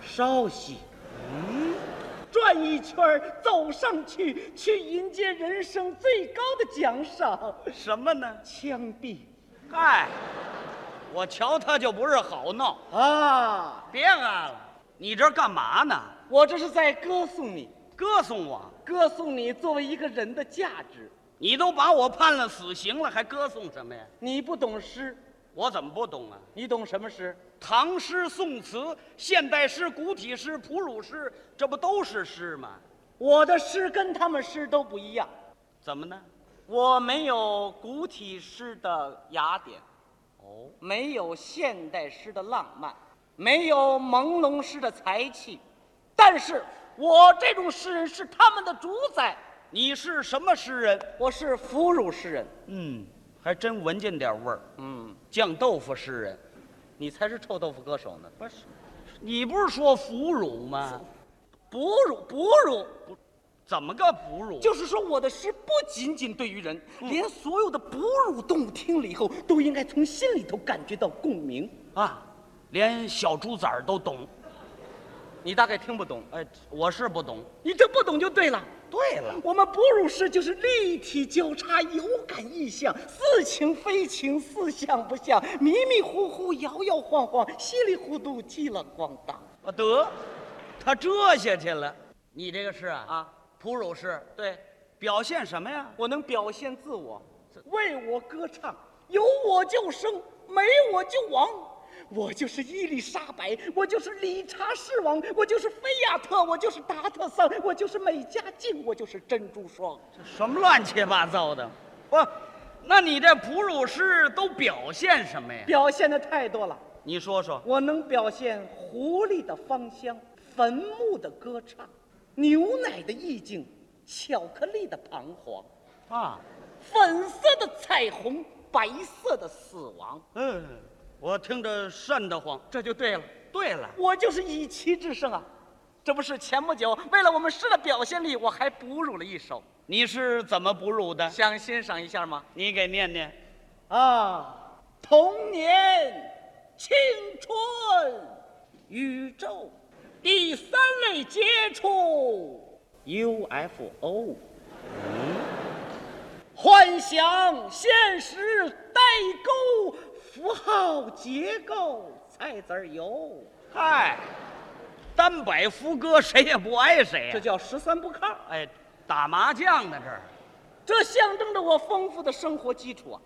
稍息。嗯转一圈儿走上去，去迎接人生最高的奖赏什么呢？——枪毙嗨，我瞧他就不是好闹。啊！别啊了，你这干嘛呢？我这是在歌颂你，歌颂我？歌颂你作为一个人的价值。你都把我判了死刑了，还歌颂什么呀？你不懂诗，我怎么不懂啊？你懂什么诗？唐诗、宋词、现代诗、古体诗、普鲁士，这不都是诗吗？我的诗跟他们诗都不一样。怎么呢？我没有古体诗的雅典，哦，没有现代诗的浪漫，没有朦胧诗的才气，但是我这种诗人是他们的主宰，你是什么诗人？我是俘虏诗人。嗯，还真闻见点味儿。嗯，酱豆腐诗人，你才是臭豆腐歌手呢。不是？你不是说俘虏吗？哺乳，哺乳，怎么个俘虏？啊就是说我的诗不仅仅对于人，连所有的哺乳动物听了以后，都应该从心里头感觉到共鸣。啊，连小猪崽儿都懂。你大概听不懂，哎，我是不懂。你这不懂就对了。对了，我们哺乳诗就是立体交叉，有感意象，似情非情，似像不像，迷迷糊糊，摇摇晃晃，稀里糊涂，叽了咣当。啊得，他这下去了。你这个诗啊啊，哺乳诗，对，表现什么呀？我能表现自我，为我歌唱，有我就生，没我就亡。我就是伊丽莎白，我就是理查士王，我就是菲亚特，我就是达特桑，我就是美加净，我就是珍珠霜。什么乱七八糟的？不，那你这哺乳诗都表现什么呀？表现的太多了。你说说，我能表现狐狸的芳香、坟墓的歌唱、牛奶的意境、巧克力的彷徨、啊，粉色的彩虹、白色的死亡，嗯，我听着瘆得慌。这就对了。对了，我就是以其制胜啊！这不是前不久为了我们诗的表现力，我还哺乳了一首，你是怎么哺乳的？想欣赏一下吗？你给念念。啊，童年、青春、宇宙，第三类接触 UFO，幻想、现实、代沟、符号、结构、菜籽儿油，嗨，单摆夫歌，谁也不挨谁呀、啊这叫十三不靠，哎，打麻将呢这儿。这象征着我丰富的生活基础啊！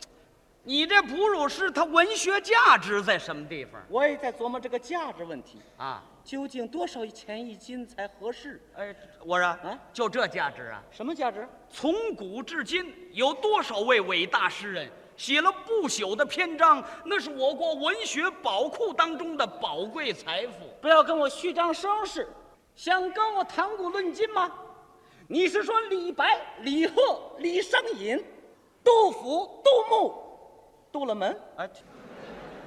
你这哺乳诗，它文学价值在什么地方我也在琢磨这个价值问题，啊？究竟多少钱一斤才合适？哎，我说，啊就这价值啊！什么价值？从古至今，有多少位伟大诗人写了不朽的篇章？那是我国文学宝库当中的宝贵财富。不要跟我虚张声势，想跟我谈古论今吗？你是说李白、李贺、李商隐、杜甫、杜牧、杜了门哎，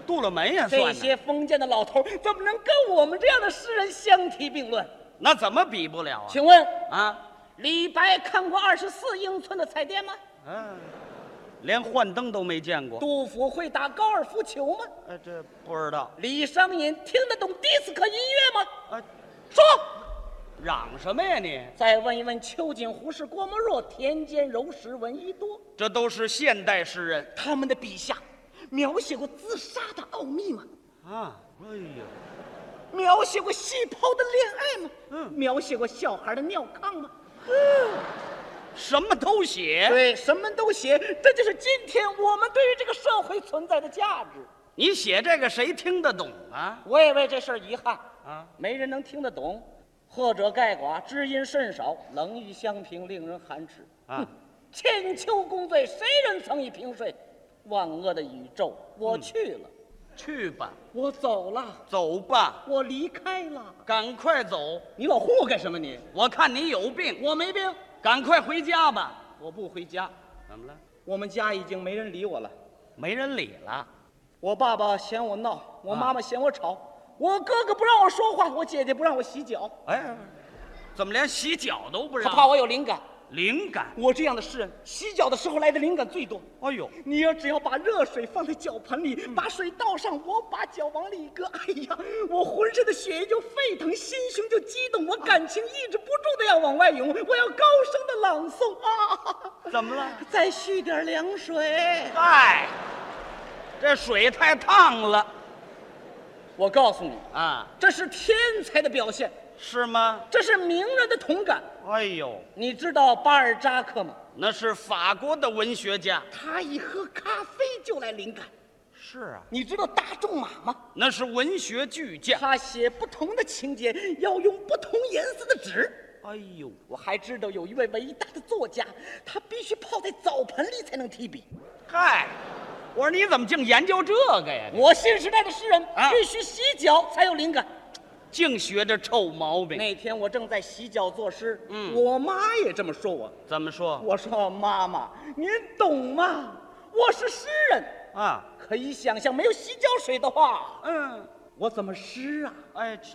杜了门也这算呢，些封建的老头儿，怎么能跟我们这样的诗人相提并论？那怎么比不了啊？请问啊，李白看过二十四英寸的彩电吗？嗯、连幻灯都没见过。杜甫会打高尔夫球吗？哎，这不知道。李商隐听得懂迪斯科音乐吗？哎，说。嚷什么呀你？再问一问秋瑾、胡适、郭沫若、田间柔石、闻一多，这都是现代诗人他们的笔下描写过自杀的奥秘吗？啊。哎呦，描写过细胞的恋爱吗？嗯描写过小孩的尿炕吗？什么都写。对，哎什么都写，这就是今天我们对于这个社会存在的价值。你写这个谁听得懂啊？我也为这事儿遗憾，啊，没人能听得懂，或者概寡，知音甚少，冷语相评，令人寒齿。啊哼，千秋功罪，谁人曾以平睡？万恶的宇宙，我去了，去吧，我走了，走吧，我离开了。赶快走！你老轰我干什么你？我看你有病，我没病，赶快回家吧。我不回家，怎么了？我们家已经没人理我了。没人理了。我爸爸嫌我闹，我啊妈妈嫌我吵，我哥哥不让我说话，我姐姐不让我洗脚，哎，怎么连洗脚都不他让？怕我有灵感。灵感。啊我这样的诗人，洗脚的时候来的灵感最多。哎呦，你要只要把热水放在脚盆里，把水倒上，我把脚往里一搁，哎呀，我浑身的血液就沸腾，心胸就激动，我感情抑制不住的要往外涌，我要高声的朗诵啊！ 怎么了？再续点凉水。哎，这水太烫了我告诉你，啊，这是天才的表现，是吗？这是名人的同感。哎呦，你知道巴尔扎克吗？那是法国的文学家。他一喝咖啡就来灵感。是啊，你知道大仲马吗？那是文学巨匠。他写不同的情节要用不同颜色的纸。哎呦，我还知道有一位伟大的作家，他必须泡在澡盆里才能提笔。嗨，我说你怎么净研究这个呀？我新时代的诗人啊必须洗脚才有灵感。净学这臭毛病。那天我正在洗脚作诗，我妈也这么说我。怎么说我说妈妈，您懂吗？我是诗人，啊？可以想象没有洗脚水的话，嗯，我怎么诗啊？哎，这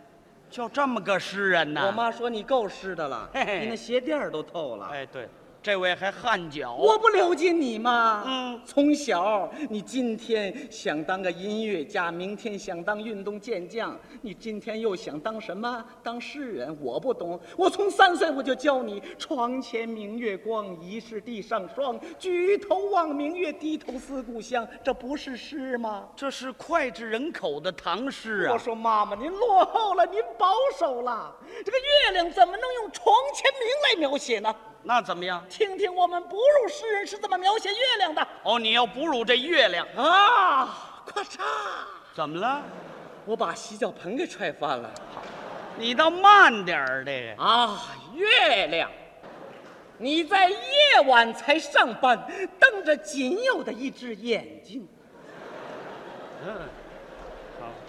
就这么个诗人呐。我妈说你够湿的了，嘿嘿你那鞋垫儿都透了。哎，对，这位还汗脚。啊我不了解你吗？嗯从小你今天想当个音乐家，明天想当运动健将，你今天又想当什么？当诗人？我不懂。我从三岁我就教你：床前明月光，疑是地上霜。举头望明月，低头思故乡。这不是诗吗？这是脍炙人口的唐诗啊我。说妈妈，您落后了，您保守了。这个月亮怎么能用床前明来描写呢？那怎么样？听听我们哺乳诗人是怎么描写月亮的。哦，你要哺乳这月亮，啊！咔嚓！怎么了？我把洗脚盆给踹翻了。你倒慢点儿，这个。啊，月亮，你在夜晚才上班，瞪着仅有的一只眼睛，啊嗯，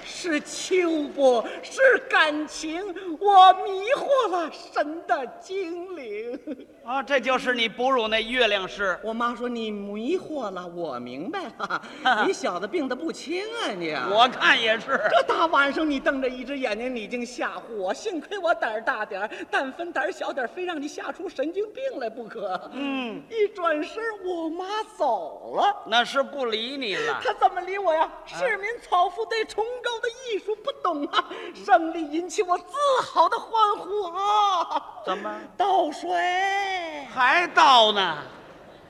是秋波，是感情，我迷惑了神的精灵。啊，这就是你哺乳那月亮诗。我妈说你迷惑了，我明白 了，你小子病得不轻啊你。我看也是。这大晚上你瞪着一只眼睛，你竟吓唬我。幸亏我胆儿大点儿，但分胆儿小点儿，非让你吓出神经病来不可。 嗯，一转身，我妈走了。那是不理你了。她怎么理我呀？啊市民草妇对崇高的艺术不懂啊！胜利引起我自豪的欢呼啊！怎么倒水？ 还到呢？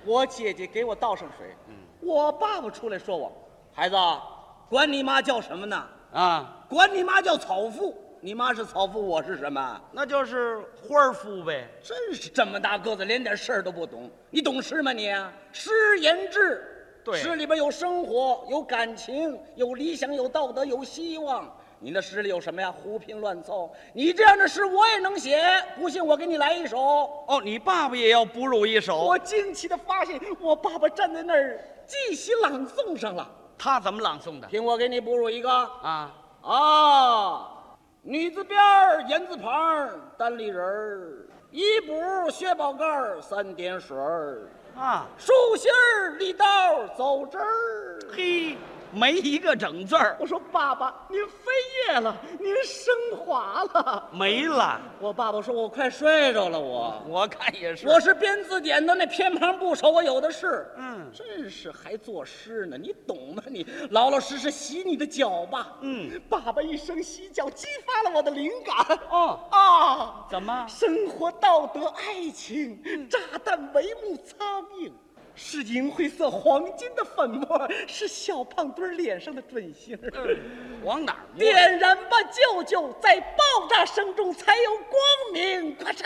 我姐姐给我倒上水。嗯我爸爸出来说我，孩子啊，管你妈叫什么呢？啊，管你妈叫草妇，你妈是草妇，我是什么？那就是花儿夫呗。真是这么大个子，连点事儿都不懂。你懂诗吗你、诗言志，对诗里边有生活，有感情，有理想，有道德，有希望。你的诗里有什么呀？胡拼乱凑。你这样的诗我也能写，不信我给你来一首。哦，你爸爸也要哺乳一首我，惊奇的发现，我爸爸站在那儿即席朗诵上了。他怎么朗诵的？听我给你哺乳一个。啊，啊，女字边儿，言字旁儿，单立人儿，一补薛宝盖儿，三点水儿，啊，竖心儿，立刀儿，走之儿。嘿，没一个整字儿，我说爸爸，您飞跃了，您升华了。没了。我爸爸说，我快睡着了，我。我看也是。我是编字典的，那偏旁部首我有的是。嗯真是还作诗呢，你懂吗？你老老实实洗你的脚吧。嗯，爸爸一声洗脚，激发了我的灵感。哦，啊，嗯怎么生活、道德、爱情，炸弹、帷幕、苍蝇，是银灰色、黄金的粉末，是小胖墩儿脸上的准星儿。呃往哪儿摸？点燃吧，舅舅，在爆炸声中才有光明。咔嚓！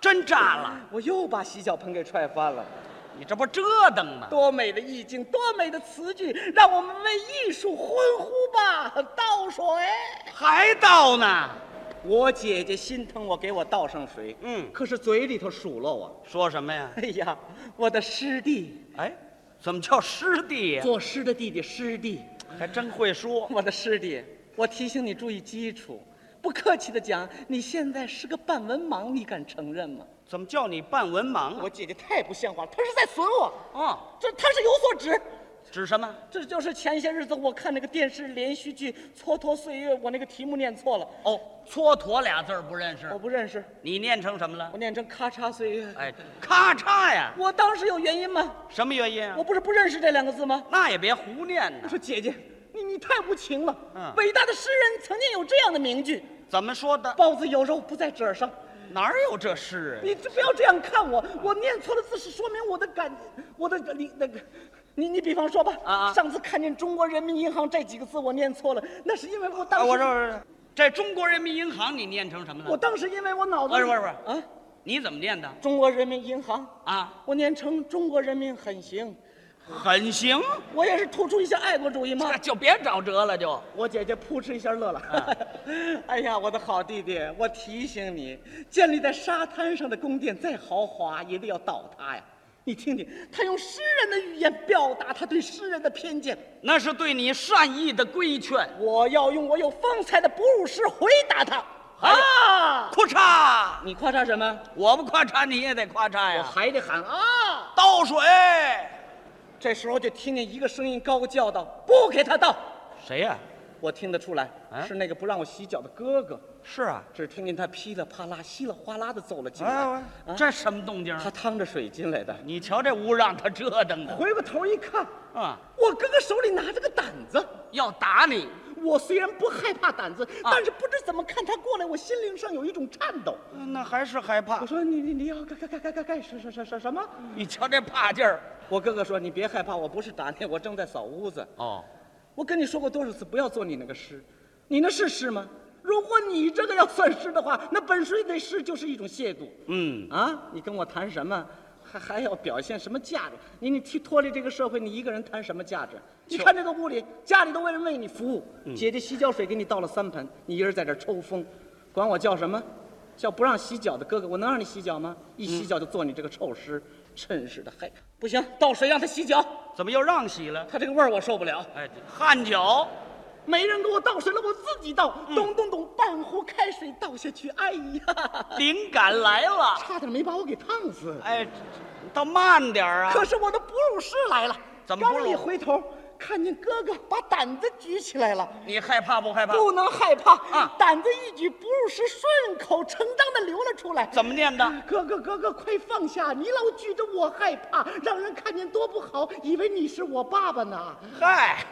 真炸了！我又把洗脚盆给踹翻了。你这不折腾吗？多美的意境，多美的词句，让我们为艺术欢呼吧！倒水。还到呢？我姐姐心疼我，给我倒上水。嗯可是嘴里头数落我。说什么呀？ 哎呀，我的师弟，哎，怎么叫师弟呀？作诗的弟弟，师弟，还真会说。我的师弟，我提醒你注意基础。不客气的讲，你现在是个半文盲，你敢承认吗？怎么叫你半文盲我姐姐太不像话了，她是在损我，啊？这她是有所指。指什么？这就是前些日子我看那个电视连续剧《蹉跎岁月》，我那个题目念错了，哦，蹉跎俩字儿不认识我，不认识，你念成什么了我？念成“咔嚓岁月”。哎，咔嚓呀！我当时有原因吗？什么原因啊我？不是不认识这两个字吗？那也别胡念我呐。说姐姐，你你太无情了。嗯伟大的诗人曾经有这样的名句怎么说：“的？包子有肉不在褶儿上。哪儿有这事”啊？你这不要这样看我，我念错了字是说明我的感，我的你那个。你你比方说吧，啊啊上次看见中国人民银行这几个字我念错了，那是因为我当啊时、我说，我说这中国人民银行你念成什么我了？当时因为我脑子不里是不是不是啊，你怎么念的？中国人民银行，啊，我念成中国人民很行，很行，我也是突出一下爱国主义嘛。 就别找辙了，就我姐姐扑哧一下乐了。哎呀，我的好弟弟，我提醒你，建立在沙滩上的宫殿再豪华，也得要倒塌呀。你听听，他用诗人的语言表达他对诗人的偏见。那是对你善意的规劝。我要用我有风采的哺乳诗回答他。啊！咔嚓，你夸嚓什么？哎我不咔嚓你也得咔嚓我呀！还得喊啊！倒水，这时候就听见一个声音高叫道：“不给他倒谁呀、！”我听得出来，啊是那个不让我洗脚的哥哥。是啊，只听见他噼里啪啦、稀里哗啦的走了进来。啊，这什么动静啊？他趟着水进来的。你瞧这屋让他折腾的回过头一看，啊！我哥哥手里拿着个胆子。要打你，我虽然不害怕胆子，但是不知怎么看他过来，我心灵上有一种颤抖。那还是害怕我。说你你你要干干干干干干什什什什什么？你瞧这怕劲儿。我哥哥说你别害怕，我不是打你，我正在扫屋子。哦，我跟你说过多少次不要做你那个诗，你那是诗吗？如果你这个要算诗的话，那本身那诗就是一种亵渎。嗯，啊，你跟我谈什么？还还要表现什么价值？你你脱脱离这个社会，你一个人谈什么价值？你看这个屋里，家里都为人为你服务，姐姐洗脚水给你倒了三盆，你一人在这儿抽风，管我叫什么？叫不让洗脚的哥哥，我能让你洗脚吗？一洗脚就做你这个臭尸，真是的，嘿，不行，倒水让他洗脚，怎么又让洗了？他这个味儿我受不了。哎，汗脚，没人给我倒水了，我自己倒，咚咚咚，半壶开水倒下去，哎呀，灵感来了。差点没把我给烫死。哎，倒慢点儿啊可！是我的哺乳师来了，怎么哺乳刚一回头，看见哥哥把胆子举起来了，你害怕不害怕？不能害怕啊胆子一举，哺乳师顺口成章的流了出来。怎么念的？哥哥，哥哥，快放下！你老举着我害怕，让人看见多不好，以为你是我爸爸呢。嗨，